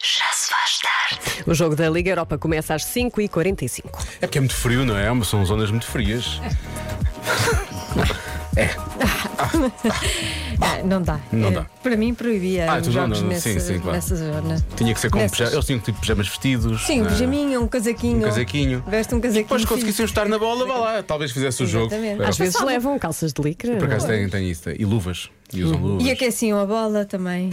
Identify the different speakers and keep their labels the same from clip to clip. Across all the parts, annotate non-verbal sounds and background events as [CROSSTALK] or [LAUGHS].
Speaker 1: se faz tarde.
Speaker 2: O jogo da Liga Europa começa às 5h45.
Speaker 3: É porque é muito frio, não é? São zonas muito frias.
Speaker 4: Ah, não dá.
Speaker 3: Não
Speaker 4: Eh,
Speaker 3: dá.
Speaker 4: Para mim proibia
Speaker 3: Ah,
Speaker 4: os
Speaker 3: tu não-
Speaker 4: jogos
Speaker 3: não-
Speaker 4: nessa,
Speaker 3: sim, sim, claro.
Speaker 4: nessa zona.
Speaker 3: Tinha que ser com
Speaker 4: Nessas.
Speaker 3: pijamas. Eles tinham que ter pijamas vestidos.
Speaker 4: Sim, um
Speaker 3: não é?
Speaker 4: pijaminho, um
Speaker 3: Um
Speaker 4: casaquinho.
Speaker 3: casaquinho.
Speaker 4: Veste um casaquinho.
Speaker 3: Depois
Speaker 4: fixe.
Speaker 3: conseguissem estar na bola, vá lá. Talvez fizesse o jogo.
Speaker 4: Exatamente.
Speaker 3: É,
Speaker 2: Às vezes
Speaker 4: sabe.
Speaker 2: levam calças de licra.
Speaker 3: Por acaso tem, tem isso. E luvas. E usam luvas.
Speaker 4: é? E aqueciam a
Speaker 3: [LAUGHS]
Speaker 4: bola também.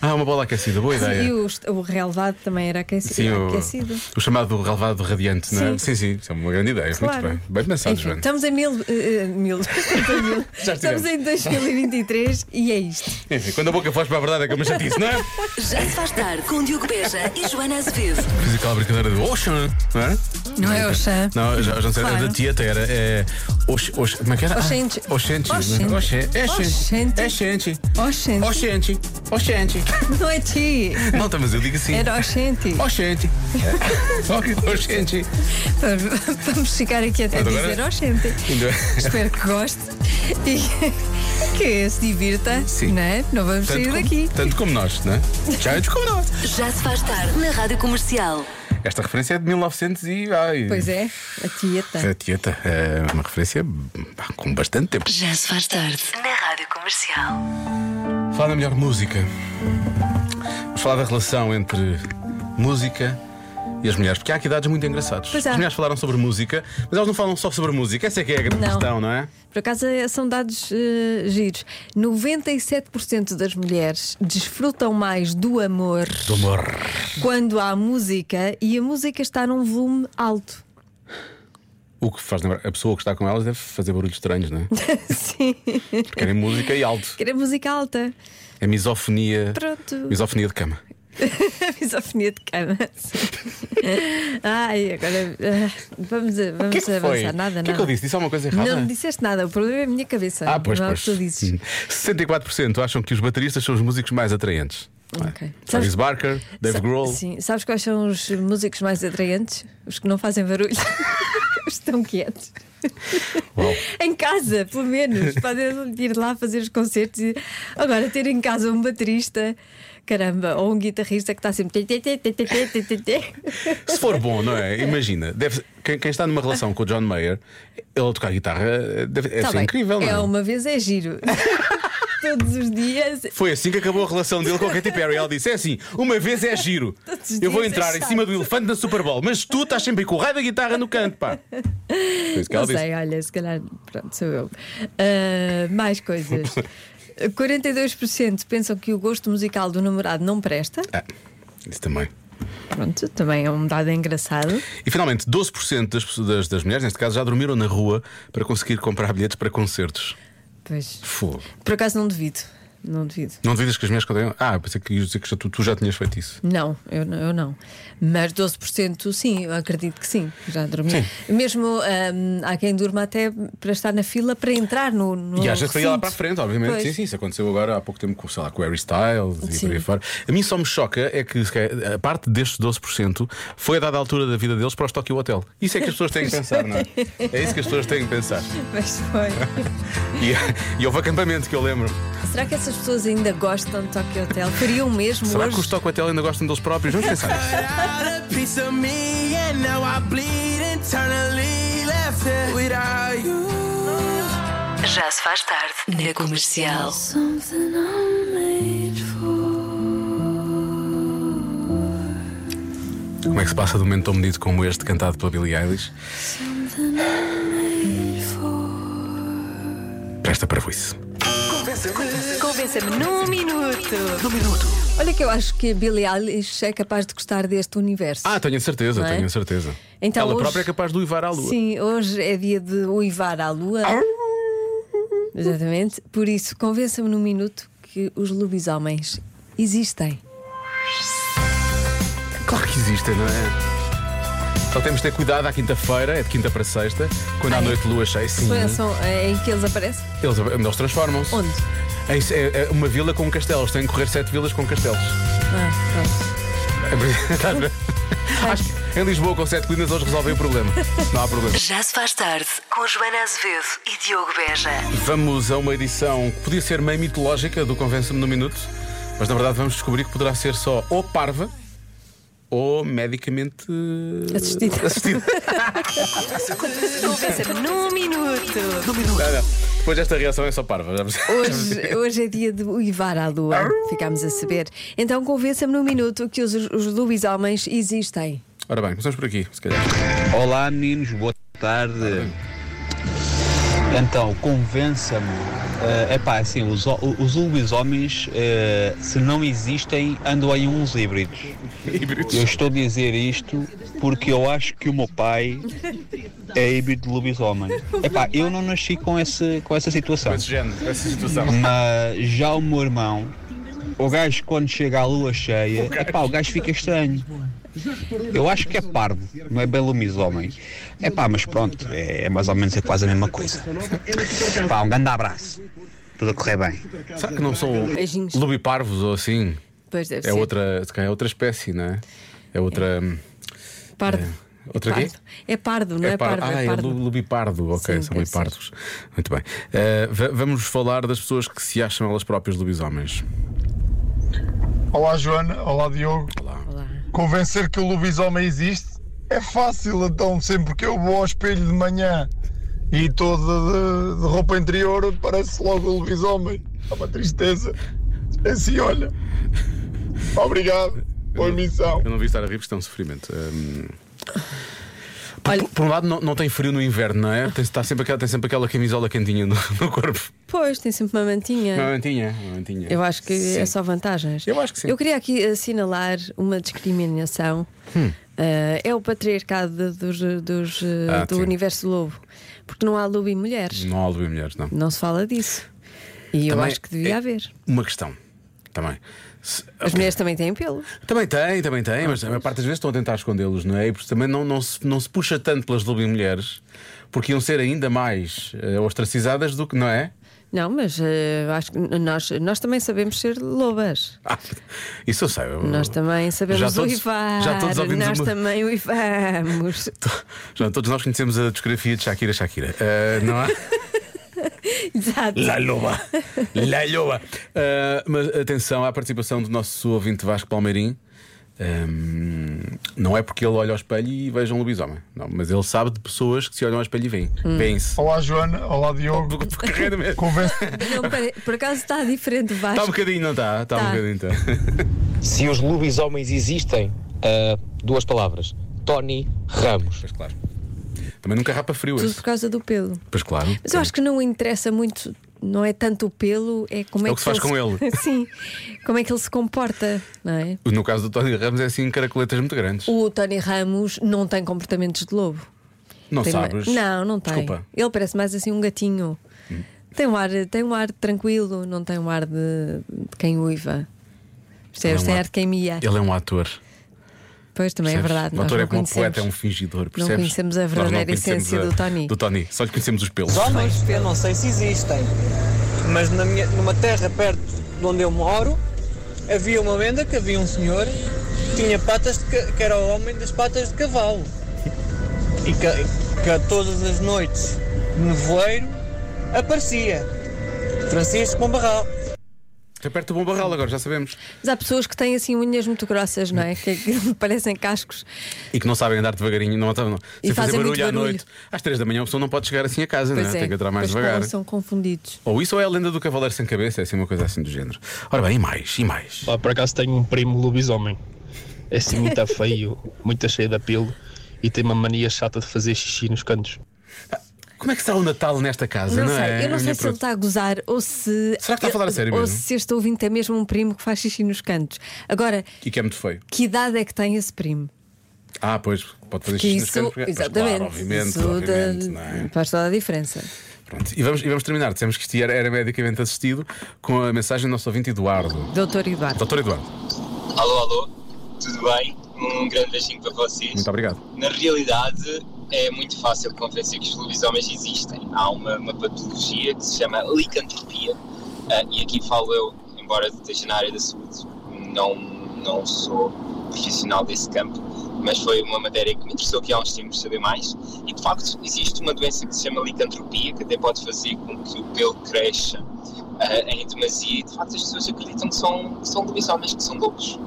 Speaker 3: Ah, uma bola aquecida. Boa ideia.
Speaker 4: E o, est- o relevado também era aquecido.
Speaker 3: Sim, o,
Speaker 4: aquecido.
Speaker 3: o chamado relevado radiante, não é?
Speaker 4: Sim.
Speaker 3: Sim, sim, isso é uma grande ideia.
Speaker 4: Claro.
Speaker 3: Muito bem. Bem pensado,
Speaker 4: Enfim,
Speaker 3: Joana.
Speaker 4: estamos em mil, eh, eh, mil, [LAUGHS] estamos em mil.
Speaker 3: [LAUGHS] Já estivemos.
Speaker 4: estamos em 2023 e é isto.
Speaker 3: Enfim, quando a boca faz para a verdade é como eu já disse, não
Speaker 4: [LAUGHS]
Speaker 3: é?
Speaker 1: Já se faz tarde com Diogo Beja e Joana Azevedo.
Speaker 3: Fiz aquela brincadeira de Ocean, não é?
Speaker 4: Não é Oxã?
Speaker 3: Não, eu já, eu já não sei,
Speaker 4: Claro.
Speaker 3: era da Tieta, era. É, Oxe- Oxe- como é que era?
Speaker 4: Oxente.
Speaker 3: Ah, Oxente.
Speaker 4: Oxente.
Speaker 3: Oxente. É gente.
Speaker 4: Oxente.
Speaker 3: É gente.
Speaker 4: Oxente.
Speaker 3: Oxente. Oxente.
Speaker 4: Não é ti.
Speaker 3: Não, tá, mas eu digo assim.
Speaker 4: Era É. Oxente.
Speaker 3: Oxente. Oxente.
Speaker 4: Vamos- Vamos ficar aqui até
Speaker 3: Mas agora- é-
Speaker 4: dizer Oxente.
Speaker 3: Ainda-
Speaker 4: Espero que goste e [LAUGHS] que se divirta.
Speaker 3: Sim.
Speaker 4: Não, é? não vamos
Speaker 3: Tanto
Speaker 4: sair
Speaker 3: como-
Speaker 4: daqui.
Speaker 3: Tanto como nós, não é? Tanto como nós.
Speaker 1: Já se faz tarde na Rádio Comercial.
Speaker 3: Esta referência é de 1900 e. Ai,
Speaker 4: Pois é, a tieta.
Speaker 3: A Tieta é uma referência pá, com bastante tempo.
Speaker 1: Já se faz tarde na Rádio Comercial.
Speaker 3: Falar da melhor música. Vamos falar da relação entre música e as mulheres, porque há aqui dados muito engraçados.
Speaker 4: Pois há.
Speaker 3: As mulheres falaram sobre música, mas elas não falam só sobre música. Essa é que é a grande
Speaker 4: Não.
Speaker 3: questão, não é?
Speaker 4: Por acaso eh, são dados eh, giros. 97% das mulheres desfrutam mais do amor
Speaker 3: Do amor.
Speaker 4: quando há música e a música está num volume
Speaker 3: [LAUGHS]
Speaker 4: alto.
Speaker 3: O que faz lembrar, a pessoa que está com elas deve fazer barulhos estranhos, não é?
Speaker 4: Sim.
Speaker 3: Porque querem música e alto.
Speaker 4: Quer a música alta.
Speaker 3: É misofonia.
Speaker 4: Pronto.
Speaker 3: [LAUGHS] Misofonia de cama.
Speaker 4: A misofonia de cama. [LAUGHS] Sim. Ai, agora eh, vamos, a-
Speaker 3: O
Speaker 4: vamos
Speaker 3: que é que
Speaker 4: avançar.
Speaker 3: foi?
Speaker 4: Nada,
Speaker 3: o que é
Speaker 4: nada.
Speaker 3: que eu disse? Disse alguma coisa errada?
Speaker 4: Não me disseste nada, o problema é a minha cabeça.
Speaker 3: Ah, pois,
Speaker 4: não é o
Speaker 3: pois.
Speaker 4: que tu dizes.
Speaker 3: Hum. 64% acham que os bateristas são os músicos mais atraentes.
Speaker 4: Ok.
Speaker 3: Travis Barker, Dave
Speaker 4: Sa-
Speaker 3: Grohl.
Speaker 4: Sim, sabes quais são os músicos mais atraentes? Os que não fazem barulho. [LAUGHS] Os que Estão quietos.
Speaker 3: Uau.
Speaker 4: Em casa, pelo menos. Podem ir lá fazer os concertos. E... Agora, ter em casa um baterista, caramba, ou um guitarrista que está sempre. tê, tê, tê, tê, tê, tê, tê, tê.
Speaker 3: Se for bom, não é? Imagina, deve- quem, quem está numa relação com o John Mayer, ele a tocar guitarra deve é
Speaker 4: Tá
Speaker 3: ser
Speaker 4: bem,
Speaker 3: incrível, não é?
Speaker 4: É uma vez é giro. [LAUGHS] Todos os dias.
Speaker 3: Foi assim que acabou a relação dele com a Katy Perry. Ela disse: é assim, uma vez é giro.
Speaker 4: [LAUGHS] Todos os
Speaker 3: Eu vou
Speaker 4: dias é
Speaker 3: entrar em
Speaker 4: chato."
Speaker 3: cima do elefante na Super Bowl, mas tu estás sempre com o raio da guitarra no canto, pá. Foi isso que
Speaker 4: Não
Speaker 3: ela
Speaker 4: sei,
Speaker 3: disse.
Speaker 4: olha, se calhar, pronto, sou eu. Ah, mais coisas.
Speaker 3: [LAUGHS]
Speaker 4: 42% pensam que o gosto musical do namorado não presta.
Speaker 3: Ah, isso também.
Speaker 4: Pronto, também é um dado engraçado.
Speaker 3: E finalmente, 12% das, pessoas- das, das mulheres, neste caso, já dormiram na rua para conseguir comprar bilhetes para concertos.
Speaker 4: Pois,
Speaker 3: Fogo.
Speaker 4: por acaso não devido. Não devido.
Speaker 3: Não duvidas que as mulheres. contêm- Ah, pensei que ias dizer que já- tu, tu já tinhas feito isso.
Speaker 4: Não, eu, não- eu não. Mas 12% sim, eu acredito que sim. Já dormi. Mesmo ah, há quem durma até para estar na fila para entrar no. no
Speaker 3: E às vezes para ir lá para a
Speaker 4: recinto.
Speaker 3: frente, obviamente.
Speaker 4: Pois. [LAUGHS]
Speaker 3: Sim, sim, isso aconteceu agora há pouco tempo com, sei lá, com o Harry Styles e
Speaker 4: Sim.
Speaker 3: por aí fora. A mim só me choca é que se calhar, a parte destes 12% foi a dada altura da vida deles para o Tokyo Hotel. Isso é que as pessoas têm que pensar, não é? É isso que as pessoas têm que pensar.
Speaker 4: Mas foi.
Speaker 3: E, [LAUGHS] e houve acampamento que eu lembro.
Speaker 4: Será que essas pessoas ainda gostam de Tokyo Hotel? Fariam mesmo
Speaker 3: Será
Speaker 4: hoje?
Speaker 3: que os Tokyo Hotel ainda gostam deles próprios? Vamos pensar. nisso.
Speaker 5: out a piece of me, and now I bleed internally. Left here without you.
Speaker 1: Já se faz tarde na Comercial.
Speaker 3: Como é que se passa de um momento tão medido como este, cantado pela Billie Eilish? Presta para isso.
Speaker 4: Convença-me num minuto. Num minuto. Olha que eu acho que a Billie Eilish é capaz de gostar deste universo.
Speaker 3: Ah, tenho a certeza,
Speaker 4: Não é?
Speaker 3: tenho a certeza.
Speaker 4: Então
Speaker 3: Ela
Speaker 4: hoje-
Speaker 3: própria é capaz de uivar à lua. Ah.
Speaker 4: Sim, hoje é dia de uivar à lua. Exatamente. Por isso, convença-me num minuto que os lobisomens existem.
Speaker 3: Claro que existem, não é? Só temos de ter cuidado à quinta-feira, é de quinta para sexta, quando à noite lua cheia, sim.
Speaker 4: Pensam eh, em que eles aparecem?
Speaker 3: Eles, eles transformam-se.
Speaker 4: Onde?
Speaker 3: É, isso, é- é uma vila com castelos, tem que correr sete vilas com castelos.
Speaker 4: Ah, pronto.
Speaker 3: É por- Estás a [LAUGHS] ver? Acho que em Lisboa, com sete colinas, eles resolvem o problema. Não há problema.
Speaker 1: Já se faz tarde com Joana Azevedo e Diogo Beja.
Speaker 3: Vamos a uma edição que podia ser meio mitológica do Convença-me no Minuto, mas na verdade vamos descobrir que poderá ser só ou parva ou medicamente eh,
Speaker 4: Assistida. [LAUGHS]
Speaker 3: assistida.
Speaker 1: Convença-me num minuto.
Speaker 3: Ah, Não, não. Depois esta reação é só parva. já percebi. [LAUGHS]
Speaker 4: Hoje, hoje é dia de uivar à lua, ficámos a saber. Então convença-me num minuto que os, os lobisomens existem.
Speaker 3: Ora bem, começamos por aqui, se calhar.
Speaker 6: Olá meninos, boa tarde. Então, convença-me. É pá, assim, os, ho- os lobisomens, eh, se não existem, andam aí uns híbridos.
Speaker 3: Híbridos.
Speaker 6: Eu estou a dizer isto porque eu acho que o meu pai é híbrido de lobisomem. É pá, eu não nasci com, esse, com essa situação.
Speaker 3: Esse género, essa situação.
Speaker 6: Mas Ah, já o meu irmão, o gajo quando chega à lua cheia, epá, o gajo fica estranho. Eu acho que é parvo, não é bem lobisomem. É pá, mas pronto, é, é mais ou menos é quase a mesma coisa. Pá, um grande abraço. Tudo a correr bem.
Speaker 3: Será que não são
Speaker 4: Beijinhos.
Speaker 3: lubiparvos ou assim?
Speaker 4: Pois deve
Speaker 3: É
Speaker 4: ser.
Speaker 3: outra, se calhar é outra espécie, não é? É outra. hum,
Speaker 4: Pardo.
Speaker 3: Outra quê?
Speaker 4: pardo. É pardo, não é,
Speaker 3: par-
Speaker 4: pardo?
Speaker 3: Ah,
Speaker 4: é
Speaker 3: é
Speaker 4: pardo.
Speaker 3: lu- lubipardo, ok,
Speaker 4: Sim,
Speaker 3: são
Speaker 4: deve ser.
Speaker 3: lubipardos. Muito bem. Eh, va- vamos falar das pessoas que se acham elas próprias lobisomens.
Speaker 7: Olá Joana, olá Diogo.
Speaker 4: Olá.
Speaker 7: Convencer que o lobisomem existe é fácil, então sempre que eu vou ao espelho de manhã e estou de, de- de roupa interior, parece logo o lobisomem. É uma tristeza. É assim, olha. Obrigado. Boa emissão.
Speaker 3: Eu não vi estar a rir, porque isto é um sofrimento. Hum. Por, por- por um lado, não, não tem frio no inverno, não é? Tem, está sempre aquela, tem sempre aquela camisola quentinha no, no corpo.
Speaker 4: Pois, tem sempre uma mantinha.
Speaker 3: Uma mantinha, uma mantinha.
Speaker 4: É. Eu acho que é só vantagens.
Speaker 3: Eu acho que sim.
Speaker 4: Eu queria aqui assinalar uma discriminação.
Speaker 3: Hum.
Speaker 4: Ah, é o patriarcado de- dos, dos, ah,
Speaker 3: Ah,
Speaker 4: do
Speaker 3: sim.
Speaker 4: universo lobo. Porque não há lobo e mulheres.
Speaker 3: Não há lobby mulheres, não.
Speaker 4: Não se fala disso. E eu
Speaker 3: Também
Speaker 4: acho que devia
Speaker 3: é
Speaker 4: haver.
Speaker 3: Uma questão. Também. Se-
Speaker 4: As mulheres também têm pelo.
Speaker 3: Também tem, também tem, mas a maior parte das vezes estão a tentar escondê-los, não é? E por isso também não, não, se, não se puxa tanto pelas lobby mulheres, porque iam ser ainda mais eh, ostracizadas do que, não é?
Speaker 4: Não, mas ah, acho que nós, nós também sabemos ser lobas.
Speaker 3: Ah, isso eu sei. eu-
Speaker 4: Nós também sabemos
Speaker 3: Hum. já todos,
Speaker 4: uivar.
Speaker 3: Já todos ouvimos
Speaker 4: nós
Speaker 3: uma- [LAUGHS]
Speaker 4: também uivamos.
Speaker 3: [LAUGHS] Já todos nós conhecemos a discografia de Shakira Shakira. Eh, não há?
Speaker 4: Exato.
Speaker 3: La
Speaker 4: [LAUGHS]
Speaker 3: Loba! La Loba! Eh, mas atenção à participação do nosso ouvinte Vasco Palmeirim. Ehm, não é porque ele olha ao espelho e veja um lobisomem, não, mas ele sabe de pessoas que se olham ao espelho e veem.
Speaker 4: Hum.
Speaker 3: Vêem-se.
Speaker 7: Olá Joana, olá Diogo.
Speaker 3: Carreira mesmo.
Speaker 7: Convencer
Speaker 4: Não, pare- por acaso está diferente,
Speaker 3: Está um
Speaker 4: Vasco.
Speaker 3: bocadinho, não está? Está
Speaker 4: Tá.
Speaker 3: um bocadinho,
Speaker 4: [LAUGHS]
Speaker 3: está.
Speaker 8: Se os lobisomens existem, ah, duas palavras: Tony Ramos.
Speaker 3: Pois claro. Também nunca rapa frio
Speaker 4: Tudo
Speaker 3: esse.
Speaker 4: por causa do pelo.
Speaker 3: Pois claro.
Speaker 4: Mas eu acho que não interessa muito, não é tanto o pelo, é como é,
Speaker 3: É o que se faz com ele.
Speaker 4: [LAUGHS] Sim, como é que ele se comporta, não é?
Speaker 3: No caso do Tony Ramos é assim caracoletas muito grandes.
Speaker 4: O Tony Ramos não tem comportamentos de lobo.
Speaker 3: Não
Speaker 4: Tem uma-
Speaker 3: sabes?
Speaker 4: Não, não tem.
Speaker 3: Desculpa. Hum.
Speaker 4: Ele parece mais assim um gatinho. Tem um ar, tem um ar tranquilo, não tem um ar de, de quem uiva.
Speaker 3: Ele é
Speaker 4: Percebes?
Speaker 3: um
Speaker 4: Tem
Speaker 3: ar-
Speaker 4: ar de quem mia.
Speaker 3: Ele é um ator.
Speaker 4: Pois também
Speaker 3: percebes?
Speaker 4: é verdade.
Speaker 3: O
Speaker 4: nós
Speaker 3: ator
Speaker 4: não
Speaker 3: é como um
Speaker 4: conhecemos.
Speaker 3: poeta, é um fingidor, percebes?
Speaker 4: conhecemos a
Speaker 3: Nós
Speaker 4: verdadeira
Speaker 3: conhecemos
Speaker 4: essência
Speaker 3: a-
Speaker 4: do Tony.
Speaker 3: Do Tony, só lhe conhecemos os pelos.
Speaker 9: Os homens, eu não sei se existem, mas na minha- numa terra perto de onde eu moro, havia uma lenda que havia um senhor que tinha patas de, ca- que era o homem das patas de cavalo. E que, que a todas as noites, no voeiro, aparecia Francisco Bombarral.
Speaker 3: Está perto do bom barral agora, já sabemos.
Speaker 4: Mas há pessoas que têm assim unhas muito grossas, não
Speaker 3: Hum.
Speaker 4: é? Que, que [LAUGHS] parecem cascos.
Speaker 3: E que não sabem andar devagarinho, não, então, não, não
Speaker 4: E
Speaker 3: sem fazer
Speaker 4: fazem muito
Speaker 3: barulho à
Speaker 4: barulho.
Speaker 3: noite. Às três da manhã a pessoa não pode chegar assim a casa, não
Speaker 4: Pois
Speaker 3: é?
Speaker 4: é,
Speaker 3: Tem que entrar mais
Speaker 4: depois falam,
Speaker 3: devagar.
Speaker 4: São confundidos.
Speaker 3: Ou isso ou é a lenda do cavaleiro sem cabeça, é assim uma coisa assim do género. Ora bem, e mais, e mais.
Speaker 9: Ah.
Speaker 10: Lá por acaso tenho um primo lobisomem. É assim
Speaker 9: [LAUGHS]
Speaker 10: muito feio, muito cheio de apelo e tem uma mania [LAUGHS] chata de fazer xixi nos cantos.
Speaker 3: Como é que está o Natal nesta casa?
Speaker 4: Não,
Speaker 3: Não,
Speaker 4: sei,
Speaker 3: é?
Speaker 4: eu não
Speaker 3: A minha
Speaker 4: sei se ele
Speaker 3: pergunta.
Speaker 4: está a gozar ou se.
Speaker 3: Será que está a falar a sério
Speaker 4: Ou
Speaker 3: mesmo?
Speaker 4: se este ouvinte é mesmo um primo que faz xixi nos cantos. Agora,
Speaker 3: E que é muito feio.
Speaker 4: que idade é que tem esse primo?
Speaker 3: Ah, pois, pode fazer
Speaker 4: Que
Speaker 3: xixi nos
Speaker 4: isso,
Speaker 3: canos, porque- pois,
Speaker 4: exatamente.
Speaker 3: Claro, obviamente,
Speaker 4: isso
Speaker 3: obviamente,
Speaker 4: da-
Speaker 3: não é?
Speaker 4: faz toda a diferença.
Speaker 3: Pronto, e vamos, e vamos terminar. Dissemos que isto era, era medicamente assistido com a mensagem do nosso ouvinte Eduardo.
Speaker 4: Doutor Eduardo.
Speaker 3: Doutor Eduardo,
Speaker 9: Alô, alô, tudo bem? Um grande beijinho para vocês.
Speaker 3: muito obrigado.
Speaker 9: Na realidade, é muito fácil convencer que os lobisomens existem. Há uma, uma patologia que se chama licantropia, ah, e aqui falo eu, embora esteja na área da saúde, não, não sou profissional desse campo, mas foi uma matéria que me interessou que há uns tempos saber mais. E de facto, existe uma doença que se chama licantropia, que até pode fazer com que o pelo cresça ah, em demasia, e de facto as pessoas acreditam que são, que são lobisomens, que são lobos.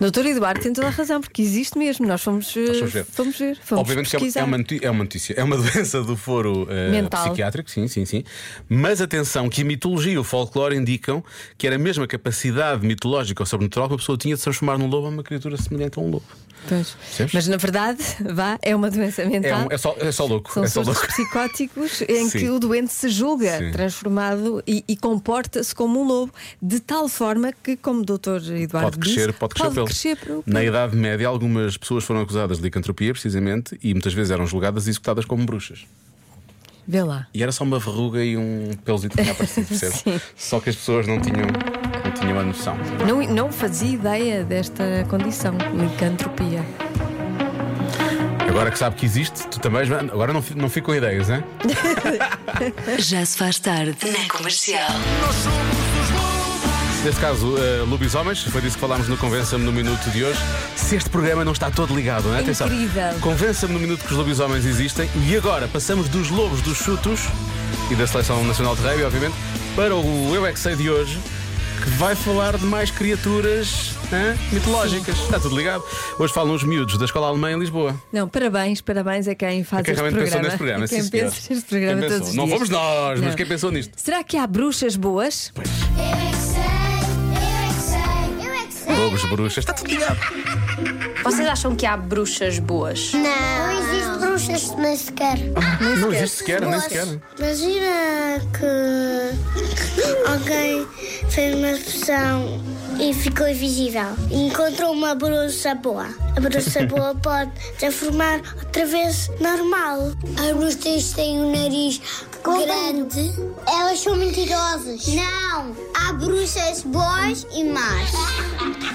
Speaker 4: Doutor Eduardo tem toda a razão, porque existe mesmo. Nós fomos, eh,
Speaker 3: Vamos ver.
Speaker 4: fomos ver, fomos
Speaker 3: Obviamente que é uma-
Speaker 4: pesquisar.
Speaker 3: é uma, noti- é uma notícia, é uma [LAUGHS] doença do foro eh,
Speaker 4: Mental.
Speaker 3: psiquiátrico, sim, sim, sim. Mas atenção que a mitologia e o folclore indicam que era mesmo a capacidade mitológica ou sobrenatural que a pessoa tinha de se transformar num lobo a uma criatura semelhante a um lobo.
Speaker 4: Pois.
Speaker 3: Percebes?
Speaker 4: Mas na verdade, [LAUGHS] vá, é uma doença
Speaker 3: É,
Speaker 4: mental.
Speaker 3: um- é só, é só louco.
Speaker 4: São
Speaker 3: é só
Speaker 4: surtos
Speaker 3: louco.
Speaker 4: psicóticos em
Speaker 3: Sim.
Speaker 4: que o doente se julga
Speaker 3: Sim.
Speaker 4: transformado e, e comporta-se como um lobo, de tal forma que, como o doutor Eduardo
Speaker 3: Pode crescer,
Speaker 4: disse,
Speaker 3: pode crescer, pelo.
Speaker 4: crescer pelo-
Speaker 3: Na Idade Média, algumas pessoas foram acusadas de licantropia, precisamente, e muitas vezes eram julgadas e executadas como bruxas.
Speaker 4: Vê lá.
Speaker 3: E era só uma verruga e um pelozinho que tinha aparecido,
Speaker 4: [LAUGHS]
Speaker 3: percebes?
Speaker 4: Sim.
Speaker 3: Só que as pessoas não tinham, não tinham a noção.
Speaker 4: Não, não fazia ideia desta condição, licantropia.
Speaker 3: Agora que sabe que existe, tu também. Joana, Agora não, fi- não fico com ideias, né?
Speaker 1: Já se faz tarde na comercial.
Speaker 3: Neste caso, eh, lobisomens, foi disso que falámos no Convença-me no Minuto de hoje. Se este programa não está todo ligado, não é? Atenção.
Speaker 4: Incrível.
Speaker 3: Convença-me no Minuto que os lobisomens existem. E agora passamos dos lobos dos chutos e da Seleção Nacional de Rugby, obviamente, para o Eu É Que Sei de hoje. Que vai falar de mais criaturas hã, mitológicas. Está tudo ligado. Hoje falam os miúdos da Escola Alemã em Lisboa.
Speaker 4: Não, parabéns, parabéns a quem faz
Speaker 3: A quem
Speaker 4: este
Speaker 3: realmente pensou neste
Speaker 4: programa.
Speaker 3: programa,
Speaker 4: A quem
Speaker 3: sim, senhora.
Speaker 4: pensa neste programa
Speaker 3: Quem
Speaker 4: todos
Speaker 3: pensou?
Speaker 4: os
Speaker 3: Não
Speaker 4: dias.
Speaker 3: fomos nós, mas
Speaker 4: Não.
Speaker 3: quem pensou nisto?
Speaker 4: Será que há bruxas boas?
Speaker 3: Lobos, bruxas, tá, está tudo ligado.
Speaker 11: Vocês acham que há bruxas boas?
Speaker 12: Não existe bruxas nem sequer.
Speaker 3: Não existe sequer, nem sequer.
Speaker 12: Imagina que alguém fez uma expressão e ficou invisível. Encontrou uma bruxa boa. A bruxa boa pode transformar outra vez normal. As bruxas têm um nariz grande. Elas são mentirosas. Não, há bruxas boas e más.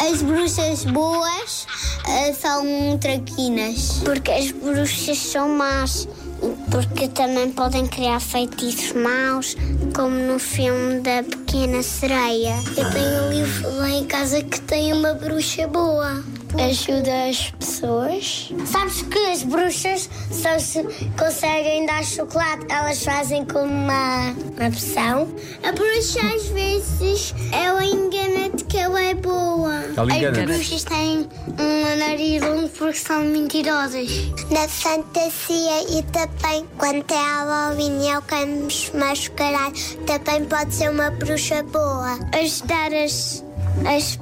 Speaker 12: As bruxas boas eh, são traquinas. Porque as bruxas são más. Porque também podem criar feitiços maus, como no filme da Pequena Sereia. Eu tenho um livro lá em casa que tem uma bruxa boa. Ajuda as pessoas. Sabes que as bruxas só se conseguem dar chocolate, elas fazem como uma, uma poção. A bruxa às vezes ela engana-te que ela é boa.
Speaker 13: Ela engana-te.
Speaker 12: As bruxas têm um nariz longo porque são mentirosas. Na fantasia e também quando é Halloween e alguém mascarado, também pode ser uma bruxa é boa. Ajudar as, as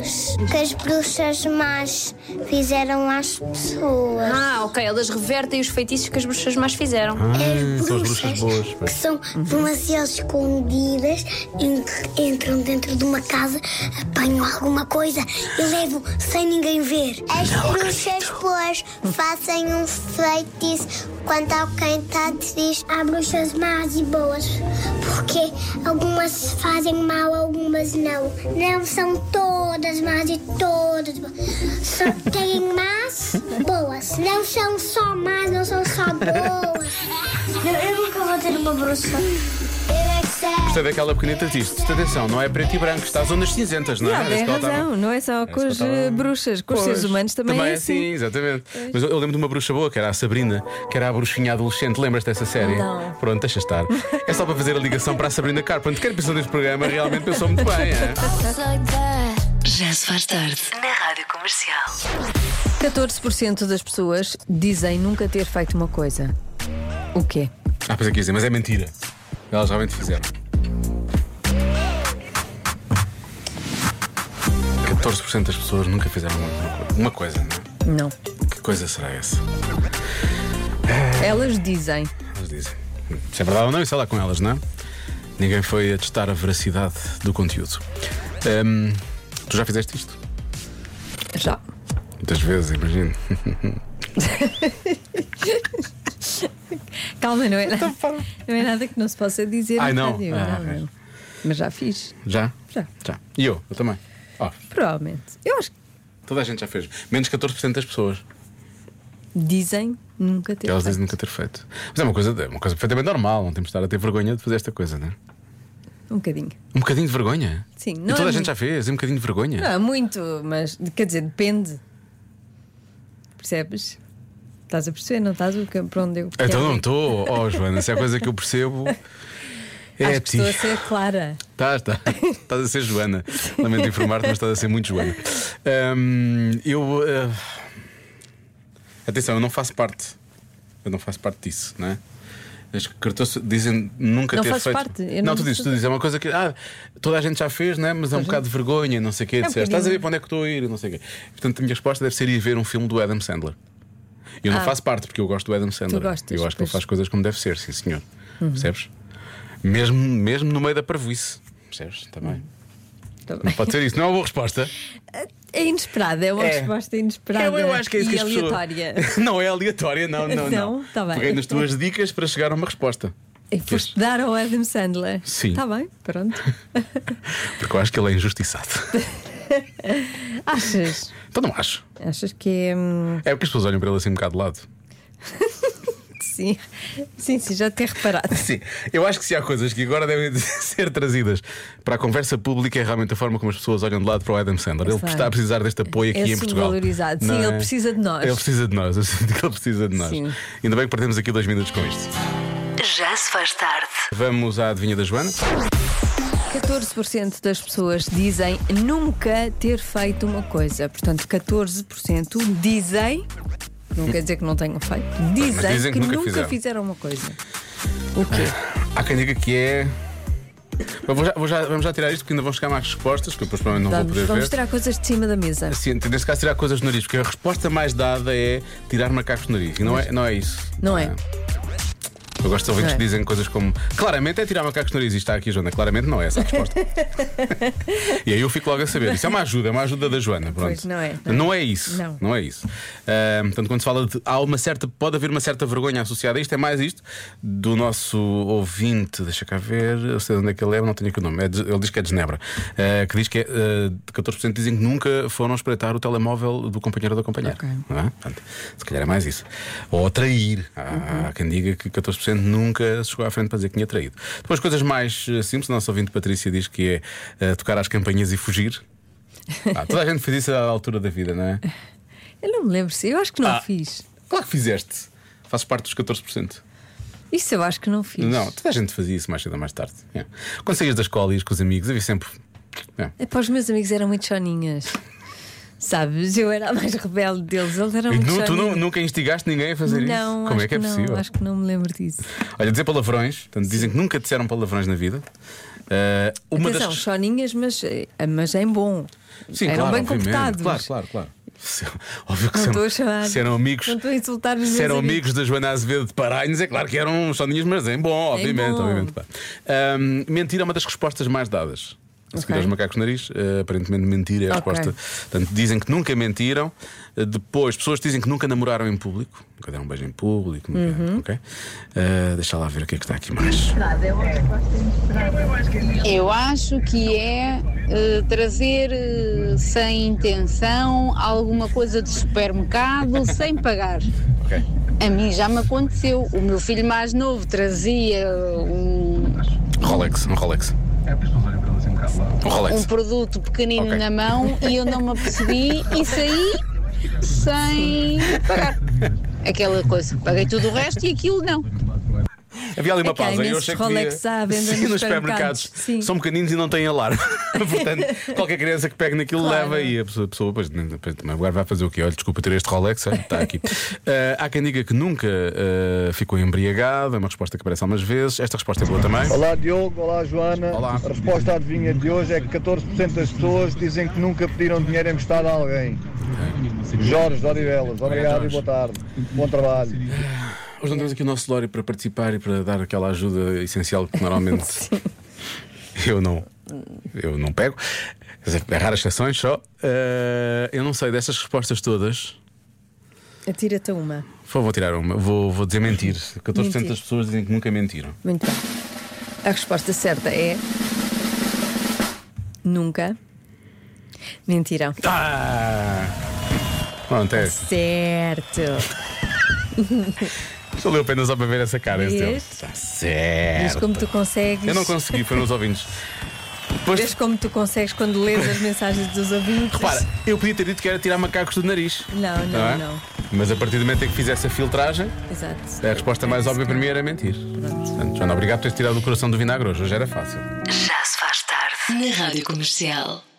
Speaker 12: pessoas que as bruxas más fizeram às pessoas.
Speaker 11: Ah, ok, elas revertem os feitiços que as bruxas mais fizeram.
Speaker 3: Hum, são as bruxas boas.
Speaker 12: É
Speaker 3: Uhum.
Speaker 12: que são demasiado escondidas, en- entram dentro de uma casa, apanham alguma coisa e levam sem ninguém ver. As bruxas boas fazem um feitiço quando alguém está triste. Há bruxas más e boas, porque algumas fazem mal, algumas não. Não são todas más e todas boas. Só têm más boas. Não são só más, não são só boas. Eu, eu nunca vou ter uma bruxa. Eu é que sei.
Speaker 3: Gostei daquela pequenita diz atenção, não é preto e branco, está às zonas cinzentas, não é?
Speaker 4: Não,
Speaker 3: Era
Speaker 4: Ah, tem
Speaker 3: isso que ela estava-
Speaker 4: razão, não é só com as eh, bruxas, com os
Speaker 3: Pois,
Speaker 4: seres humanos também,
Speaker 3: é assim. exatamente. Mas eu, eu lembro de uma bruxa boa, que era a Sabrina, que era a bruxinha adolescente. Lembras-te dessa série?
Speaker 4: Não.
Speaker 3: Pronto, deixa
Speaker 4: [LAUGHS]
Speaker 3: estar. É só para fazer a ligação para a Sabrina Carpenter. Quem pensou neste programa realmente pensou muito bem, é?
Speaker 1: Já se faz tarde na rádio comercial.
Speaker 3: assim.
Speaker 4: 14% das pessoas dizem nunca ter feito uma coisa. O quê?
Speaker 3: Ah, pois é que ia dizer, mas é mentira. Elas realmente fizeram. 14% das pessoas nunca fizeram uma, uma co- uma coisa, não é?
Speaker 4: Não.
Speaker 3: Que coisa será essa?
Speaker 4: Elas dizem.
Speaker 3: Elas dizem. Se é verdade ou não, isso é lá com elas, não é? Ninguém foi a testar a veracidade do conteúdo. Ahm, tu já fizeste isto?
Speaker 4: Já.
Speaker 3: Muitas vezes, imagino. [LAUGHS]
Speaker 4: Calma, não é nada, não é nada que não se possa dizer.
Speaker 3: Então Ai,
Speaker 4: na
Speaker 3: não.
Speaker 4: rádio,
Speaker 3: Ah,
Speaker 4: não,
Speaker 3: ok.
Speaker 4: não. Mas já fiz,
Speaker 3: Já?
Speaker 4: Já.
Speaker 3: Já. E eu? Eu também. Ó,
Speaker 4: provavelmente. Eu acho que
Speaker 3: toda a gente já fez. Menos 14% das pessoas.
Speaker 4: dizem nunca ter
Speaker 3: que elas
Speaker 4: feito.
Speaker 3: dizem nunca ter feito. Mas é uma coisa, é uma coisa perfeitamente normal. Não temos de estar a ter vergonha de fazer esta coisa, não é?
Speaker 4: Um bocadinho.
Speaker 3: Um bocadinho de vergonha?
Speaker 4: Sim,
Speaker 3: E
Speaker 4: não é
Speaker 3: toda a
Speaker 4: muito.
Speaker 3: gente já fez, e um bocadinho de vergonha.
Speaker 4: Não é muito, mas quer dizer, depende. Percebes? Estás a perceber, não estás o que- para onde eu. [LAUGHS]
Speaker 3: Então não estou. Oh, Joana, se é a coisa que eu percebo. É
Speaker 4: Acho
Speaker 3: a
Speaker 4: que
Speaker 3: ti.
Speaker 4: estou a ser clara.
Speaker 3: Estás, estás. Tá, Estás a ser Joana. Lamento informar-te, mas estás a ser muito Joana. Hum, eu. eh, atenção, eu não faço parte. Eu não faço parte disso, não é? As cartouças dizem nunca
Speaker 4: Não
Speaker 3: ter
Speaker 4: fazes
Speaker 3: feito.
Speaker 4: parte? Eu
Speaker 3: não,
Speaker 4: não-
Speaker 3: tu dizes, tu dizes, é uma coisa que ah, toda a gente já fez, né? mas é um bocado de vergonha, não sei o quê.
Speaker 4: É um
Speaker 3: Disseste, estás a ver
Speaker 4: bocadinho.
Speaker 3: para onde é que estou a ir, não sei o quê. Portanto, a minha resposta deve ser ir ver um filme do Adam Sandler. Eu não
Speaker 4: Ah.
Speaker 3: faço parte porque eu gosto do Adam Sandler.
Speaker 4: gostas,
Speaker 3: eu acho que ele
Speaker 4: pois.
Speaker 3: faz coisas como deve ser, sim senhor.
Speaker 4: Uhum.
Speaker 3: Percebes? Mesmo, mesmo no meio da parvoíce. Percebes? Também.
Speaker 4: Tá
Speaker 3: Não pode ser isso, não é uma boa resposta.
Speaker 4: É inesperada, é uma
Speaker 3: É.
Speaker 4: resposta inesperada.
Speaker 3: Eu, eu acho que é isso
Speaker 4: e
Speaker 3: que as pessoas-
Speaker 4: aleatória.
Speaker 3: [LAUGHS] não é aleatória, não, não.
Speaker 4: Não,
Speaker 3: não.
Speaker 4: tá bem.
Speaker 3: Peguei nas tuas dicas para chegar a uma resposta.
Speaker 4: E foste dar ao Adam Sandler.
Speaker 3: Sim.
Speaker 4: Está bem,
Speaker 3: [LAUGHS]
Speaker 4: pronto.
Speaker 3: Porque eu acho que ele é
Speaker 4: [LAUGHS]
Speaker 3: injustiçado.
Speaker 4: Achas?
Speaker 3: Então não acho.
Speaker 4: Achas que é. hum,
Speaker 3: É porque as pessoas olham para ele assim um bocado de lado.
Speaker 4: Sim. Sim, sim, já te
Speaker 3: [LAUGHS]
Speaker 4: reparado.
Speaker 3: Sim, eu acho que se há coisas que agora devem [LAUGHS] ser trazidas para a conversa pública é realmente a forma como as pessoas olham de lado para o Adam Sandler. Ele
Speaker 4: Claro.
Speaker 3: está a precisar deste apoio aqui
Speaker 4: É
Speaker 3: em Portugal.
Speaker 4: subvalorizado.
Speaker 3: Não
Speaker 4: Sim,
Speaker 3: é?
Speaker 4: ele precisa de nós.
Speaker 3: Ele precisa de nós, [LAUGHS] eu sinto que ele precisa de nós.
Speaker 1: Sim.
Speaker 3: Ainda bem que perdemos aqui dois minutos com isto.
Speaker 1: Já se faz tarde.
Speaker 3: Vamos à adivinha da Joana.
Speaker 4: 14% das pessoas dizem nunca ter feito uma coisa. Portanto, 14% dizem. Não quer dizer que não tenham feito. Dizem,
Speaker 3: dizem
Speaker 4: que,
Speaker 3: que nunca
Speaker 4: nunca
Speaker 3: fizeram.
Speaker 4: fizeram. uma coisa. O quê?
Speaker 3: Há quem diga que é. Mas vou já- vou já- vamos já tirar isto porque ainda vão chegar mais respostas, que eu depois provavelmente não
Speaker 4: vamos
Speaker 3: vou poder
Speaker 4: vamos
Speaker 3: ver.
Speaker 4: tirar coisas de cima da mesa.
Speaker 3: Sim, nesse caso, tirar coisas do nariz, porque a resposta mais dada é tirar macacos do nariz. E não é, não é isso.
Speaker 4: Não é?
Speaker 3: Eu gosto de ouvir que
Speaker 4: Não é.
Speaker 3: dizem coisas como claramente é tirar macacos do nariz e está aqui a Joana. Claramente não é essa a
Speaker 4: [LAUGHS]
Speaker 3: resposta. e aí eu fico logo a saber. Isso é uma ajuda, é uma ajuda da Joana. Pronto.
Speaker 4: Pois, não é, não é.
Speaker 3: Não é isso.
Speaker 4: Não.
Speaker 3: é isso. Ah, portanto, quando se fala de. Há uma certa, pode haver uma certa vergonha associada a isto. É mais isto do nosso ouvinte. Deixa cá ver. Eu sei de onde é que ele é, mas não tenho aqui o nome. É de- ele diz que é de Genebra. ah, que diz que é, ah, 14% dizem que nunca foram espreitar o telemóvel do companheiro ou da companheira. Não é? Portanto, se calhar é mais isso. Ou atrair. Há há quem diga que 14% nunca se chegou à frente para dizer que tinha traído. Depois, coisas mais ah, simples. O nosso ouvinte Patrícia diz que é ah, tocar às campanhas e fugir. Ah, toda a gente fez isso à altura da vida, não é?
Speaker 4: Eu não me lembro se. Eu acho que não
Speaker 3: Ah.
Speaker 4: fiz.
Speaker 3: Claro que fizeste. Fazes parte dos 14%.
Speaker 4: Isso eu acho que não fiz.
Speaker 3: Não, toda a gente fazia isso mais cedo ou mais tarde. É. Quando saías da escola e ias com os amigos, havia sempre. É.
Speaker 4: É para os meus amigos eram muito choninhas. Sabes? Eu era a mais rebelde deles. Eles eram
Speaker 3: E
Speaker 4: muito
Speaker 3: nu- tu
Speaker 4: choninhas.
Speaker 3: nu- nunca instigaste ninguém a fazer isso?
Speaker 4: Não,
Speaker 3: Como
Speaker 4: acho
Speaker 3: é que é
Speaker 4: não,
Speaker 3: possível?
Speaker 4: Acho que não me lembro disso.
Speaker 3: Olha, dizer palavrões, portanto, dizem que nunca disseram palavrões na vida. Ah, uma
Speaker 4: Atenção,
Speaker 3: das.
Speaker 4: choninhas, mas, eh, mas em bom.
Speaker 3: Sim,
Speaker 4: eram
Speaker 3: claro,
Speaker 4: bem
Speaker 3: obviamente.
Speaker 4: comportados.
Speaker 3: Claro, claro, claro. Se- [LAUGHS] Óbvio que
Speaker 4: Não
Speaker 3: se-
Speaker 4: estou a chorar.
Speaker 3: se eram amigos.
Speaker 4: Não estou a insultar os
Speaker 3: Se
Speaker 4: meus
Speaker 3: eram
Speaker 4: amigos.
Speaker 3: amigos da Joana Azevedo de Paranhos, é claro que eram soninhas, mas é bom, obviamente.
Speaker 4: bom.
Speaker 3: obviamente pá. Ahm, mentir é uma das respostas mais dadas. A seguir
Speaker 4: Ok.
Speaker 3: aos macacos nariz, eh, aparentemente mentir é a
Speaker 4: Ok.
Speaker 3: resposta. Portanto, dizem que nunca mentiram. Eh, Depois, pessoas dizem que nunca namoraram em público, nunca deram um beijo em público. Nunca,
Speaker 4: Uhum.
Speaker 3: ok? Eh, deixa lá ver o que é que está aqui mais.
Speaker 13: Eu acho que é eh, trazer eh, sem intenção alguma coisa de supermercado [LAUGHS] sem pagar.
Speaker 3: Ok.
Speaker 13: A mim já me aconteceu. O meu filho mais novo trazia um,
Speaker 3: Rolex, um Rolex. Um Rolex.
Speaker 13: um produto pequenino
Speaker 3: Ok.
Speaker 13: na mão e eu não me apercebi e saí sem pagar. Aquela coisa, paguei tudo o resto e aquilo não.
Speaker 3: Havia ali uma
Speaker 13: É que há
Speaker 3: pausa. Eu
Speaker 13: imensos
Speaker 3: achei que
Speaker 13: Rolex à venda
Speaker 3: [LAUGHS] Sim,
Speaker 13: nos
Speaker 3: nos supermercados.
Speaker 13: supermercados. Sim.
Speaker 3: São pequeninos e não
Speaker 13: [LAUGHS]
Speaker 3: têm alarme. Portanto, qualquer criança que pegue naquilo
Speaker 13: Claro.
Speaker 3: leva e a pessoa, a pessoa pois, nem- depois, também agora vai fazer o quê? Olha, desculpa ter este Rolex, olha,
Speaker 13: [LAUGHS]
Speaker 3: está aqui. Ah, há quem diga que nunca ah, ficou embriagado, é uma resposta que aparece algumas vezes. Esta resposta é boa também.
Speaker 14: Olá Diogo, olá Joana. A resposta à adivinha de hoje é que 14% das pessoas dizem que nunca pediram dinheiro emprestado a alguém. Jorge de Odivelas, obrigado e boa tarde. Bom trabalho.
Speaker 3: Hoje não temos aqui o nosso Lório para participar e para dar aquela ajuda essencial que
Speaker 4: [LAUGHS]
Speaker 3: normalmente
Speaker 13: [LAUGHS]
Speaker 3: eu não, eu não pego. Quer dizer, É raras exceções só. Ah, eu não sei, destas respostas todas.
Speaker 4: Atira-te a uma.
Speaker 3: Vou, vou tirar uma, vou, vou dizer mentir. 14%
Speaker 4: Mentir.
Speaker 3: das pessoas dizem que nunca mentiram.
Speaker 4: Muito bem. A resposta certa é. Nunca. Mentiram.
Speaker 3: Tá. Ah! Pronto, é.
Speaker 4: Certo.
Speaker 3: Valeu a pena só para ver essa cara. Este
Speaker 4: Vês?
Speaker 3: Está
Speaker 4: Vês
Speaker 3: certo.
Speaker 4: como tu consegues.
Speaker 3: Eu não consegui, foi nos ouvintes.
Speaker 4: Vês como tu consegues quando lês as mensagens dos ouvintes?
Speaker 3: Repara, eu podia ter dito que era tirar macacos do nariz.
Speaker 4: Não,
Speaker 3: Não é?
Speaker 4: não, não.
Speaker 3: Mas a partir do momento em que fizesse a filtragem,
Speaker 4: Exato.
Speaker 3: a resposta mais óbvia para mim era mentir. Portanto, Joana, obrigado por teres tirado o coração do vinagre hoje. Hoje era fácil.
Speaker 1: Já se faz tarde. na Rádio Comercial.